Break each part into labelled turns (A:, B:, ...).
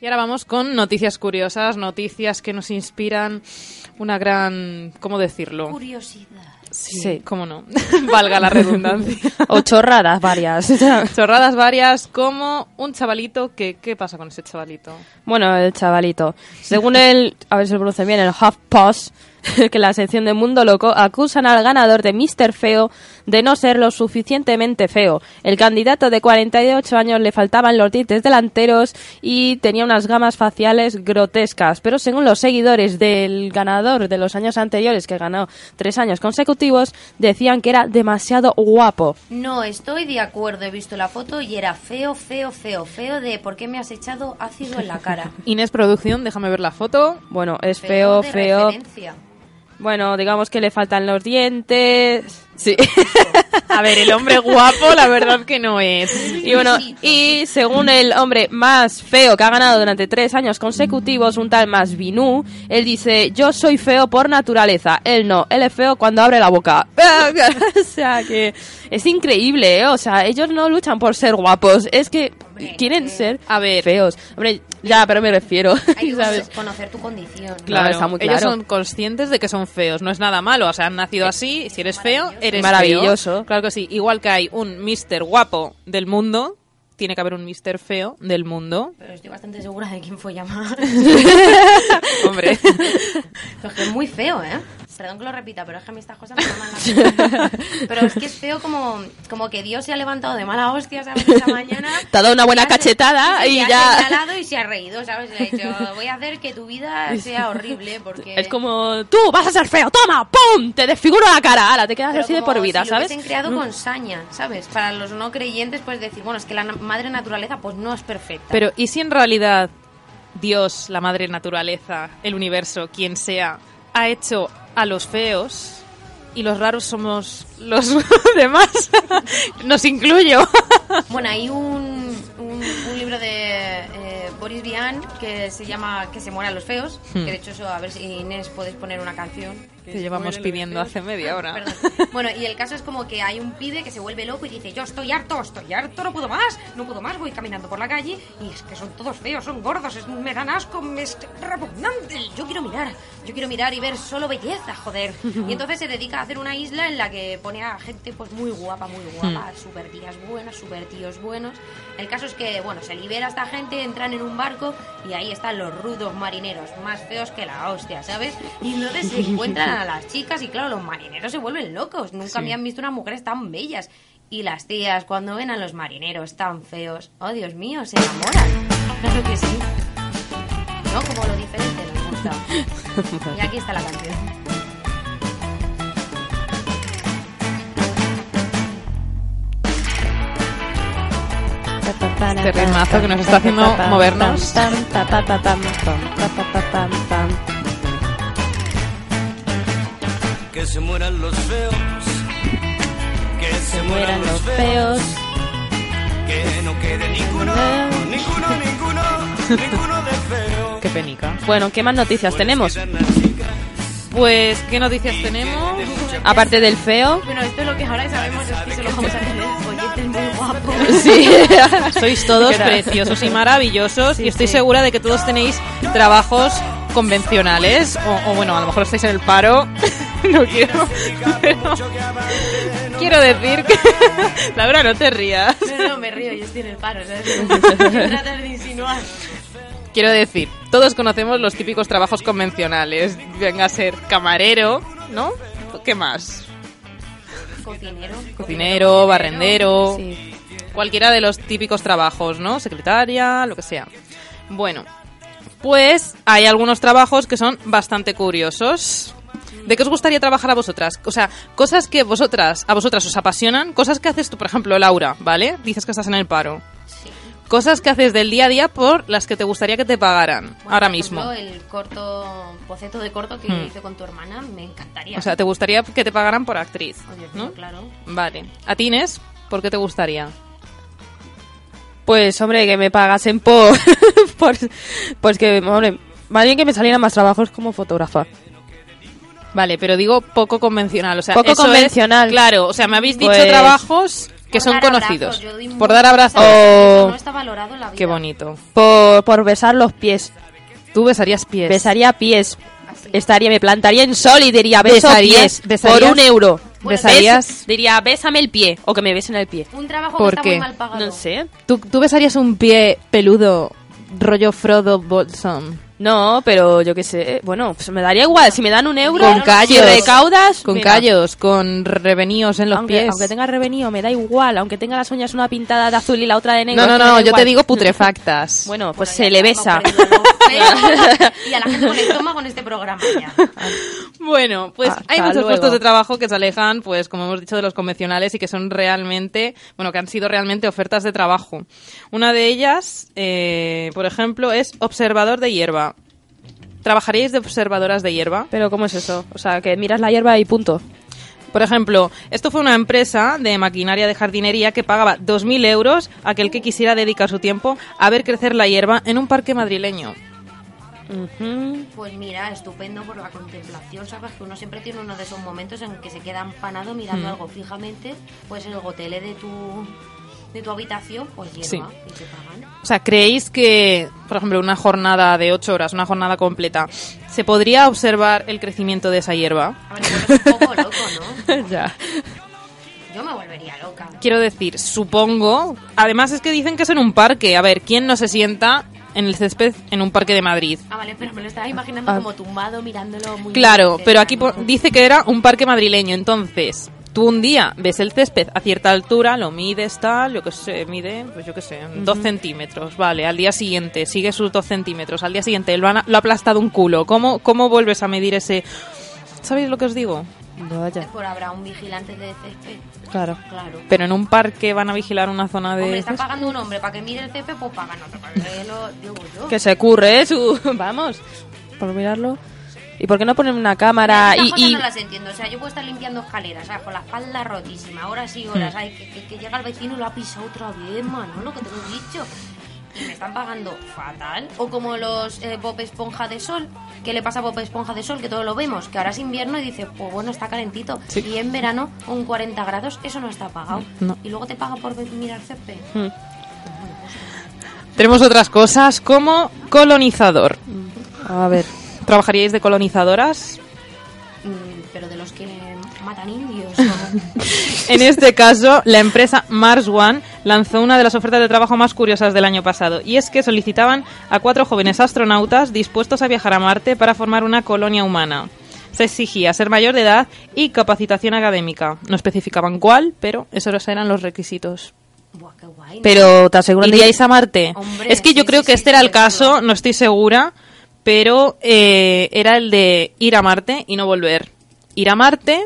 A: Y ahora vamos con noticias curiosas, noticias que nos inspiran una gran, ¿cómo decirlo?
B: Curiosidad.
A: Sí, cómo no. Valga la redundancia.
C: O chorradas varias. o sea.
A: Chorradas varias como un chavalito que ¿qué pasa con ese chavalito?
C: Bueno, el chavalito. Según el, a ver si lo pronuncio bien, el HuffPost, que la sección de Mundo Loco, acusan al ganador de Mr. Feo de no ser lo suficientemente feo. El candidato de 48 años le faltaban los dientes delanteros y tenía unas gamas faciales grotescas. Pero según los seguidores del ganador de los años anteriores, que ganó tres años consecutivos, decían que era demasiado guapo.
B: No estoy de acuerdo. He visto la foto y era feo, feo, feo, feo de por qué me has echado ácido en la cara.
A: Inés Producción, déjame ver la foto.
C: Bueno, es feo,
B: de
C: feo.
B: referencia.
C: Bueno, digamos que le faltan los dientes. Sí.
A: A ver, el hombre guapo la verdad que no es.
C: Y bueno, y según el hombre más feo que ha ganado durante tres años consecutivos, un tal más Binú, él dice, yo soy feo por naturaleza. Él no, él es feo cuando abre la boca. o sea que es increíble, ¿eh? O sea, ellos no luchan por ser guapos, es que quieren ser
A: A ver,
C: feos. Hombre, ya, pero me refiero.
B: Hay que
C: ¿sabes?
B: conocer tu condición.
A: claro,
C: está muy
A: ellos
C: claro.
A: son conscientes de que son feos, no es nada malo, o sea, han nacido así, si eres feo, eres
C: Maravilloso.
A: feo. Claro que sí, igual que hay un mister guapo del mundo, tiene que haber un mister feo del mundo.
B: Pero estoy bastante segura de quién fue llamada.
A: Hombre,
B: Pero es que es muy feo, ¿eh? Perdón que lo repita, pero es que a mí estas cosas me llaman la atención. Pero es que es feo como, como que Dios se ha levantado de mala hostia, ¿sabes? Esta mañana.
C: Te ha dado una buena
B: Y has-
C: cachetada
B: sí, sí,
C: y
B: has
C: ya-
B: señalado y se ha reído, ¿sabes? Le ha dicho, voy a hacer que tu vida sea horrible porque...
C: Es como, tú vas a ser feo, toma, ¡pum! Te desfiguro la cara, ahora te quedas
B: Pero
C: así de
B: como
C: por vida,
B: si
C: ¿sabes? Mm.
B: Lo han creado con saña, ¿sabes? Para los no creyentes puedes decir, bueno, es que la na- madre naturaleza pues no es perfecta.
A: pero ¿y si en realidad Dios, la madre naturaleza, el universo, quien sea, ha hecho a los feos y los raros somos los demás? Nos incluyo.
B: Bueno, hay un, un, un libro de eh, Boris Vian que se llama Que se mueran los feos,
C: Hmm.
B: que de hecho eso, a ver si Inés puedes poner una canción.
A: Que llevamos pidiendo hace media hora.
B: Perdón. Bueno, y el caso es como que hay un pibe que se vuelve loco y dice, yo estoy harto, estoy harto, no puedo más, no puedo más, voy caminando por la calle y es que son todos feos, son gordos, es- me dan asco, me es repugnante. Yo quiero mirar, yo quiero mirar y ver solo belleza, joder. Y entonces se dedica a hacer una isla en la que pone a gente pues muy guapa, muy guapa, super tías buenas, super tíos buenos. El caso es que, bueno, se libera esta gente, entran en un barco y ahí están los rudos marineros, más feos que la hostia, ¿sabes? Y entonces se encuentran a las chicas y claro, los marineros se vuelven locos. Nunca habían visto unas mujeres tan bellas. Y las tías, cuando ven a los marineros tan feos, oh Dios mío, se enamoran. Claro que sí. No, como lo diferente nos gusta. Y aquí está la canción.
A: Este ritmazo que nos está haciendo movernos.
D: Que se mueran los feos. Que se mueran los feos.
C: feos.
D: Que no quede ninguno, ninguno, ninguno, ninguno de feo.
A: Qué penica.
C: Bueno, ¿qué más noticias tenemos?
D: Quedan las chicas
A: Pues, ¿qué noticias tenemos?
C: Aparte del feo.
B: Bueno, esto es lo que ahora sabemos, es que se lo vamos a tener oyentes muy guapos.
C: Sí.
A: Sois todos
C: Espera.
A: preciosos y maravillosos y estoy segura de que todos tenéis trabajos convencionales o, o, bueno, a lo mejor estáis en el paro. No quiero. pero quiero decir que Laura, no te rías.
B: No, no, me río, yo estoy en el paro, ¿sabes? Tratas de insinuar.
A: Quiero decir, todos conocemos los típicos trabajos convencionales. Venga a ser camarero, ¿no? ¿Qué más?
B: Cocinero.
A: Cocinero, barrendero.
C: Sí.
A: cualquiera de los típicos trabajos, ¿no? Secretaria, lo que sea. Bueno, pues hay algunos trabajos que son bastante curiosos. ¿De qué os gustaría trabajar a vosotras? O sea, cosas que vosotras, a vosotras os apasionan, cosas que haces tú, por ejemplo, Laura, ¿vale? Dices que estás en el paro. Cosas que haces del día a día por las que te gustaría que te pagaran
B: Bueno,
A: ahora
B: por
A: mismo. Hmm.
B: ejemplo, el corto, boceto de corto que hice con tu hermana, me encantaría.
A: O sea, te gustaría que te pagaran por actriz,
B: Oye,
A: ¿no?
B: pero claro.
A: Vale. ¿A ti, Inés? ¿Por qué te gustaría?
C: Pues, hombre, que me pagasen por. por- pues que, hombre, más bien que me salieran más trabajos como fotógrafa.
A: Vale, pero digo poco convencional. O sea,
C: Poco
A: eso es-
C: convencional.
A: claro, o sea, me habéis dicho
C: Pues-
A: trabajos que son
B: dar abrazos,
A: conocidos.
B: yo doy
A: por
B: muchos
A: dar abrazos.
B: abrazos,
C: Oh.
B: No está valorado en la vida.
A: Qué bonito.
C: Por, por besar los pies.
A: Tú besarías pies.
C: Besaría pies.
B: Así.
C: Estaría, me plantaría en sol y diría, beso
A: Besarías-
C: pies.
A: besarías-
C: por un euro.
A: besarías-
C: Bes- diría, bésame el pie. O que me besen el pie.
B: Un trabajo
A: ¿Por
B: que está
A: qué?
B: muy mal pagado.
C: No sé.
A: ¿Tú, tú besarías un pie peludo, rollo Frodo Bolson.
C: No, pero yo qué sé. Bueno, pues me daría igual. Si me dan un euro,
A: Con
C: si
A: callos.
C: recaudas,
A: Con
C: mira.
A: callos, con reveníos en los
C: aunque,
A: pies.
C: aunque tenga revenido, me da igual. Aunque tenga las uñas una pintada de azul y la otra de negro.
A: no, no,
C: es que me
A: no,
C: da
A: yo te
C: igual.
A: digo putrefactas.
C: Bueno, pues
B: Bueno,
C: se
B: ya
C: le
B: está,
C: besa.
B: hemos perdido los pelos y a la gente con estómago en este programa ya.
A: Ah, Bueno, pues
C: Hasta
A: hay muchos
C: luego.
A: puestos de trabajo que se alejan, pues como hemos dicho, de los convencionales y que son realmente, bueno, que han sido realmente ofertas de trabajo. Una de ellas, eh, por ejemplo, es observador de hierba. ¿Trabajaríais de observadoras de hierba?
C: Pero ¿cómo es eso? O sea, que miras la hierba y punto.
A: Por ejemplo, esto fue una empresa de maquinaria de jardinería que pagaba 2.000 euros a aquel que quisiera dedicar su tiempo a ver crecer la hierba en un parque madrileño.
B: Pues mira, estupendo por la contemplación, sabes que uno siempre tiene uno de esos momentos en que se queda empanado mirando
A: Mm.
B: algo fijamente, pues el gotele de tu de tu habitación, pues hierba
A: Sí.
B: y te pagan.
A: O sea, ¿creéis que, por ejemplo, una jornada de ocho horas, una jornada completa, se podría observar el crecimiento de esa hierba?
B: A ver, te vuelves un poco loco, ¿no?
A: ya.
B: Yo me volvería loca.
A: Quiero decir, supongo. Además, es que dicen que es en un parque. A ver, ¿quién no se sienta en el césped en un parque de Madrid?
B: Ah, vale, pero me lo estaba imaginando como tumbado, mirándolo muy
A: Ah. Claro,
B: de
A: pero aquí po-
B: cercano.
A: dice que era un parque madrileño. Entonces, tú un día ves el césped a cierta altura, lo mides tal, yo qué sé, mide, pues yo qué sé, dos centímetros. Vale, al día siguiente sigue sus dos centímetros. Al día siguiente lo, han- lo ha aplastado un culo. ¿Cómo, ¿Cómo vuelves a medir ese...? ¿Sabéis lo que os digo?
C: Vaya,
B: Por habrá un vigilante de césped,
C: claro.
B: claro.
A: Pero en un parque van a vigilar una zona de...
B: Hombre, está pagando un hombre para que mire el césped, pues pagan otro para que lo digo yo.
C: Que se curre, ¿eh? Su... Vamos. Por mirarlo. ¿Y por qué no ponen una cámara?
B: Estas
C: Y,
B: cosas
C: y-
B: no las entiendo. O sea, yo puedo estar limpiando escaleras, ¿sabes? Con la espalda rotísima, horas y
C: Hmm.
B: horas. Ay, que, que- que llega el vecino y lo ha pisado otra vez, mano, lo que te he dicho. Y me están pagando fatal. O como los eh, Bob Esponja de Sol. ¿Qué le pasa a Bob Esponja de Sol? Que todos lo vemos. Que ahora es invierno y dices, pues bueno, está calentito. Y en verano, un 40 grados, eso no está pagado.
A: No.
B: Y luego te paga por ver- mirar césped.
C: Hmm.
A: Tenemos otras cosas como colonizador.
C: A ver.
A: ¿Trabajaríais de colonizadoras?
B: Mm, Pero de los que matan indios. ¿no?
A: En este caso, la empresa Mars One lanzó una de las ofertas de trabajo más curiosas del año pasado, y es que solicitaban a cuatro jóvenes astronautas dispuestos a viajar a Marte para formar una colonia humana. Se exigía ser mayor de edad y capacitación académica. No especificaban cuál, pero esos eran los requisitos.
B: Buah, qué guay. ¿no?
C: Pero te aseguro
A: ¿Iríais a Marte?
B: Hombre,
A: es que yo
B: sí,
A: creo
B: sí,
A: que
B: sí,
A: este era el
B: seguro.
A: caso, no estoy segura, pero eh, era el de ir a Marte y no volver. Ir a Marte,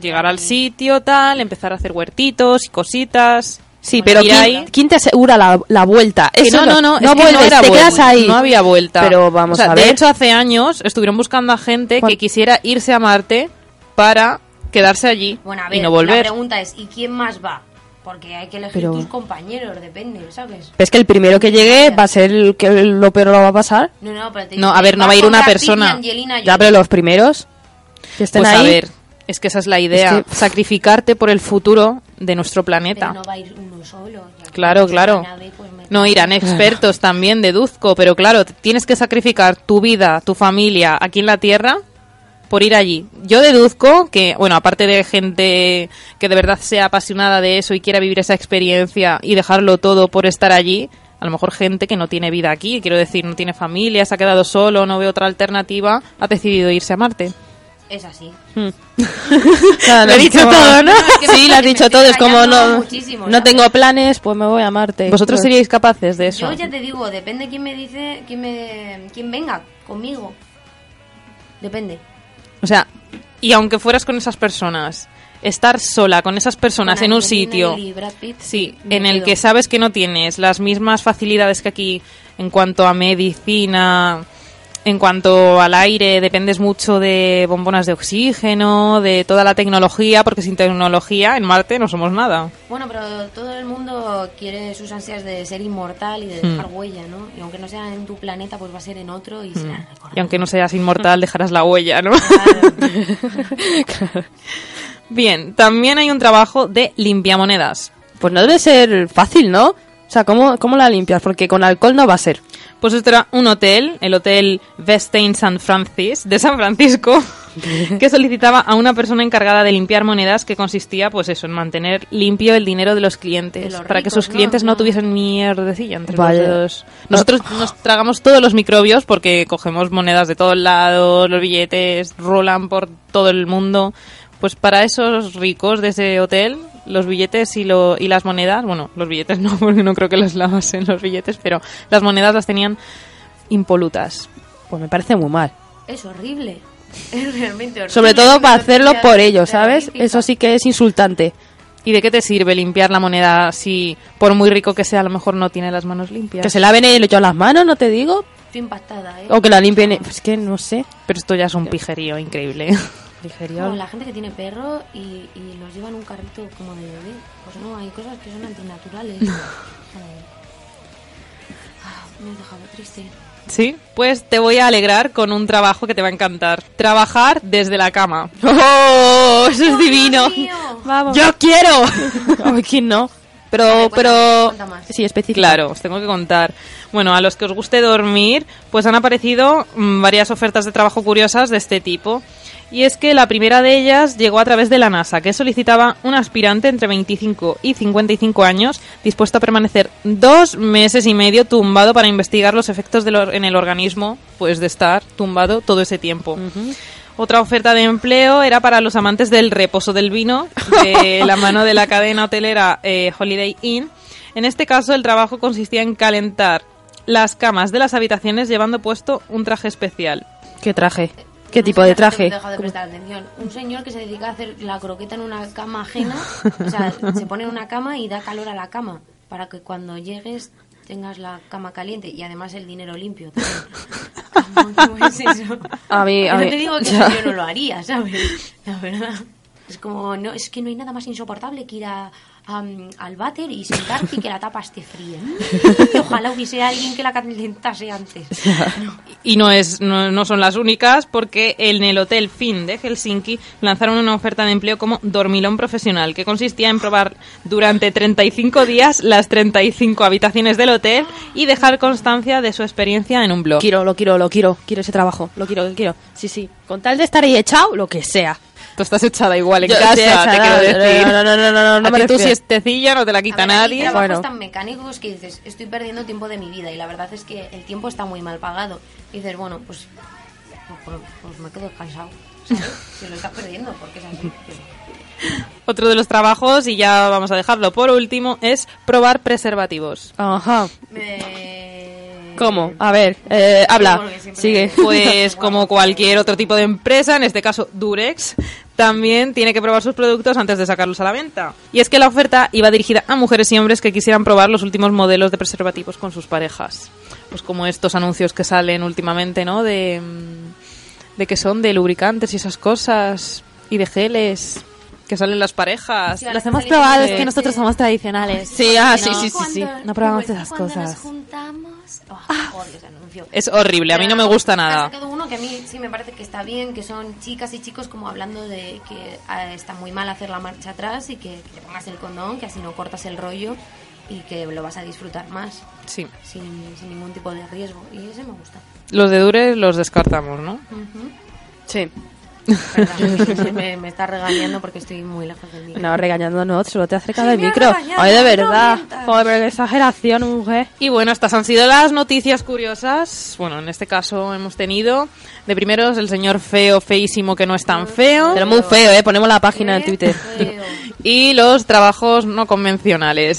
A: llegar al sitio, tal, empezar a hacer huertitos y cositas.
C: Sí, pero
A: Ir
C: ¿quién,
A: ahí.
C: quién te asegura la, la vuelta?
A: Que
C: Eso
A: no, no, no, es
C: No
A: que no
C: vuelves,
A: era
C: te
A: vuelta,
C: quedas ahí.
A: No había vuelta.
C: Pero vamos
A: O sea,
C: a ver.
A: De hecho, hace años estuvieron buscando a gente
C: Cuan-
A: que quisiera irse a Marte para quedarse allí
B: Bueno, a ver,
A: y no
B: la
A: volver.
B: pregunta es, ¿y quién más va? Porque hay que elegir
C: Pero-
B: tus compañeros, depende, ¿sabes?
C: Es que el primero que llegue va a ser el que lo peor lo va a pasar.
B: No, no, pero te
A: No,
B: digo,
A: a ver, no va a ir
B: con
A: una
B: Brad Pitt
A: persona.
B: y Angelina Jolie.
C: Ya, pero los primeros que estén
A: Pues
C: ahí.
A: a ver, es que esa es la idea,
C: Es que-
A: sacrificarte por el futuro de nuestro
B: Pero
A: planeta.
B: no va a ir uno solo. ya.
A: Claro,
B: Si
A: claro.
B: la nave, pues, me-
A: No irán expertos también, deduzco, pero claro, t- tienes que sacrificar tu vida, tu familia aquí en la Tierra por ir allí. Yo deduzco que, bueno, aparte de gente que de verdad sea apasionada de eso y quiera vivir esa experiencia y dejarlo todo por estar allí, a lo mejor gente que no tiene vida aquí, quiero decir, no tiene familia, se ha quedado solo, no ve otra alternativa, ha decidido irse a Marte.
B: Es así.
C: Claro,
A: Lo he
C: es
A: dicho
C: como-
A: todo, ¿no?
C: Sí, lo has
B: Me
C: dicho
B: estoy
C: todo. Es como
B: rayando
C: no,
B: muchísimo,
C: no
B: ya.
C: tengo planes, pues me voy a Marte.
A: ¿Vosotros
C: Pues-
A: seríais capaces de eso?
B: Yo ya te digo, depende quién me dice, quién, me, quién venga conmigo. Depende.
A: O sea, y aunque fueras con esas personas, estar sola con esas personas
B: Con
A: en un
B: Angelina
A: sitio,
B: Jolie y Brad Pitt,
A: sí,
B: me
A: en el
B: quedo.
A: que sabes que no tienes las mismas facilidades que aquí en cuanto a medicina, en cuanto al aire, dependes mucho de bombonas de oxígeno, de toda la tecnología, porque sin tecnología en Marte no somos nada.
B: Bueno, pero todo el mundo quiere sus ansias de ser inmortal y de
A: Mm.
B: dejar huella, ¿no? Y aunque no sea en tu planeta, pues va a ser en otro
A: Mm.
B: y será recordado.
A: Y aunque no seas inmortal, dejarás la huella, ¿no?
B: Claro.
A: Bien, también hay un trabajo de limpiamonedas.
C: Pues no debe ser fácil, ¿no? O sea, ¿cómo, cómo la limpias? Porque con alcohol no va a ser.
A: Pues este era un hotel, el Hotel Vestein San Francis, de San Francisco, que solicitaba a una persona encargada de limpiar monedas que consistía, pues eso, en mantener limpio el dinero de los clientes,
B: De los
A: para que
B: ricos,
A: sus clientes
B: ¿no?
A: no tuviesen mierdecilla entre
C: Vaya.
A: los dedos. Nosotros
C: Ah.
A: nos tragamos todos los microbios porque cogemos monedas de todos lados, los billetes rolan por todo el mundo. Pues para esos ricos de ese hotel, los billetes y, lo, y las monedas, bueno, los billetes no, porque no creo que los lavasen los billetes, pero las monedas las tenían impolutas.
C: Pues me parece muy mal.
B: Es horrible. Es realmente horrible.
C: Sobre todo para hacerlo por ellos,
B: ellos,
C: ¿sabes? Eso sí que es insultante.
A: ¿Y de qué te sirve limpiar la moneda si, por muy rico que sea, a lo mejor no tiene las manos limpias?
C: Que se laven ellos las manos, no te digo.
B: Estoy impactada, ¿eh?
C: O que la limpien. e- Pues Es que no sé.
A: Pero esto ya es un pijerío increíble.
B: Como la gente que tiene perro y, y los llevan un carrito como de bebé. Pues no, hay cosas que son antinaturales. Joder. Ah, me has dejado triste.
A: ¿Sí? Pues te voy a alegrar con un trabajo que te va a encantar. Trabajar desde la cama.
C: ¡Oh!
A: Eso es divino.
B: Dios mío.
C: Vamos. ¡Yo quiero! Ay, ¿Quién no? Pero,
B: Vale, cuenta más,
C: pero.
B: cuenta más.
C: Sí, específico.
A: Claro, os tengo que contar. Bueno, a los que os guste dormir, pues han aparecido mm, varias ofertas de trabajo curiosas de este tipo. Y es que la primera de ellas llegó a través de la NASA, que solicitaba un aspirante entre 25 y 55 años dispuesto a permanecer dos meses y medio tumbado para investigar los efectos del or- en el organismo, pues de estar tumbado todo ese tiempo. Otra oferta de empleo era para los amantes del reposo del vino, de la mano de la cadena hotelera eh, Holiday Inn. En este caso, el trabajo consistía en calentar las camas de las habitaciones llevando puesto un traje especial.
C: ¿Qué traje? ¿Qué
B: No
C: tipo
B: sé,
C: de
B: la gente
C: traje?
B: no deja de prestar atención. Un señor que se dedica a hacer la croqueta en una cama ajena. O sea, se pone en una cama y da calor a la cama. Para que cuando llegues tengas la cama caliente y además el dinero limpio. también. ¿Cómo es eso?
C: A mí- a
B: Pero
C: mí-
B: te digo que
C: ya.
B: yo no lo haría, ¿sabes? La verdad. Es como, no, es que no hay nada más insoportable que ir a, a, mm, al váter y sentarte y que la tapa esté fría. Y ojalá hubiese alguien que la calentase antes.
A: Y no, es, no, no son las únicas, porque en el Hotel Finn de Helsinki lanzaron una oferta de empleo como dormilón profesional, que consistía en probar durante 35 días las 35 habitaciones del hotel y dejar constancia de su experiencia en un blog.
C: quiero, lo quiero, lo quiero. Quiero ese trabajo. Lo quiero, lo quiero. Sí, sí. Con tal de estar ahí echado, lo que sea.
A: Tú estás echada igual en
C: Yo-
A: casa,
C: sí, echada,
A: te quiero
C: no,
A: decir.
C: no, no, no, no, no, no
A: A
C: me
A: ti tu
C: refiero.
A: siestecilla no te la quita
B: A ver, hay
A: nadie.
B: trabajos
C: Bueno.
B: tan mecánicos que dices, estoy perdiendo tiempo de mi vida y la verdad es que el tiempo está muy mal pagado. Y dices, bueno, pues, pues, pues me quedo cansado. Se lo estás perdiendo porque es así.
A: Otro de los trabajos, y ya vamos a dejarlo por último, es probar preservativos.
C: Ajá.
B: Me-
C: ¿Cómo? A ver, eh, habla. Sigue.
A: Pues como cualquier otro tipo de empresa, en este caso Durex, también tiene que probar sus productos antes de sacarlos a la venta. Y es que la oferta iba dirigida a mujeres y hombres que quisieran probar los últimos modelos de preservativos con sus parejas. Pues como estos anuncios que salen últimamente, ¿no? De, mm, de que son de lubricantes y esas cosas, y de geles, que salen las parejas.
B: Sí, ahora
E: Los
B: está
E: hemos
B: saliendo
E: probado, es
B: de-
E: que nosotros somos tradicionales.
C: Sí, ah, sí, sí, sí, sí.
B: Cuando-
E: No probamos
B: cuando-
E: esas
B: cuando
E: cosas.
B: nos juntamos... Ah, joder, ese anuncio.
A: Es horrible, a mí no me gusta nada.
B: Ha sacado uno que a mí sí me parece que está bien, que son chicas y chicos como hablando de que ah, está muy mal hacer la marcha atrás y que, que te pongas el condón, que así no cortas el rollo y que lo vas a disfrutar más
A: Sí.
B: sin, sin ningún tipo de riesgo. Y ese me gusta.
A: Los de Durex los descartamos, ¿no?
C: Sí.
B: Perdón, me, me está regañando porque estoy muy lejos del micro.
C: No, regañando no, solo te acerca del
B: me ha
C: micro.
B: regañado,
C: Ay, de
B: no
C: verdad.
B: mientas.
C: Joder, pero qué exageración, mujer.
A: Y bueno, estas han sido las noticias curiosas. Bueno, en este caso hemos tenido de primeros el señor feo, feísimo que no es tan feo.
C: Pero muy feo, ¿eh? Ponemos la página en
B: Qué
C: Twitter.
B: feo.
A: Y los trabajos no convencionales.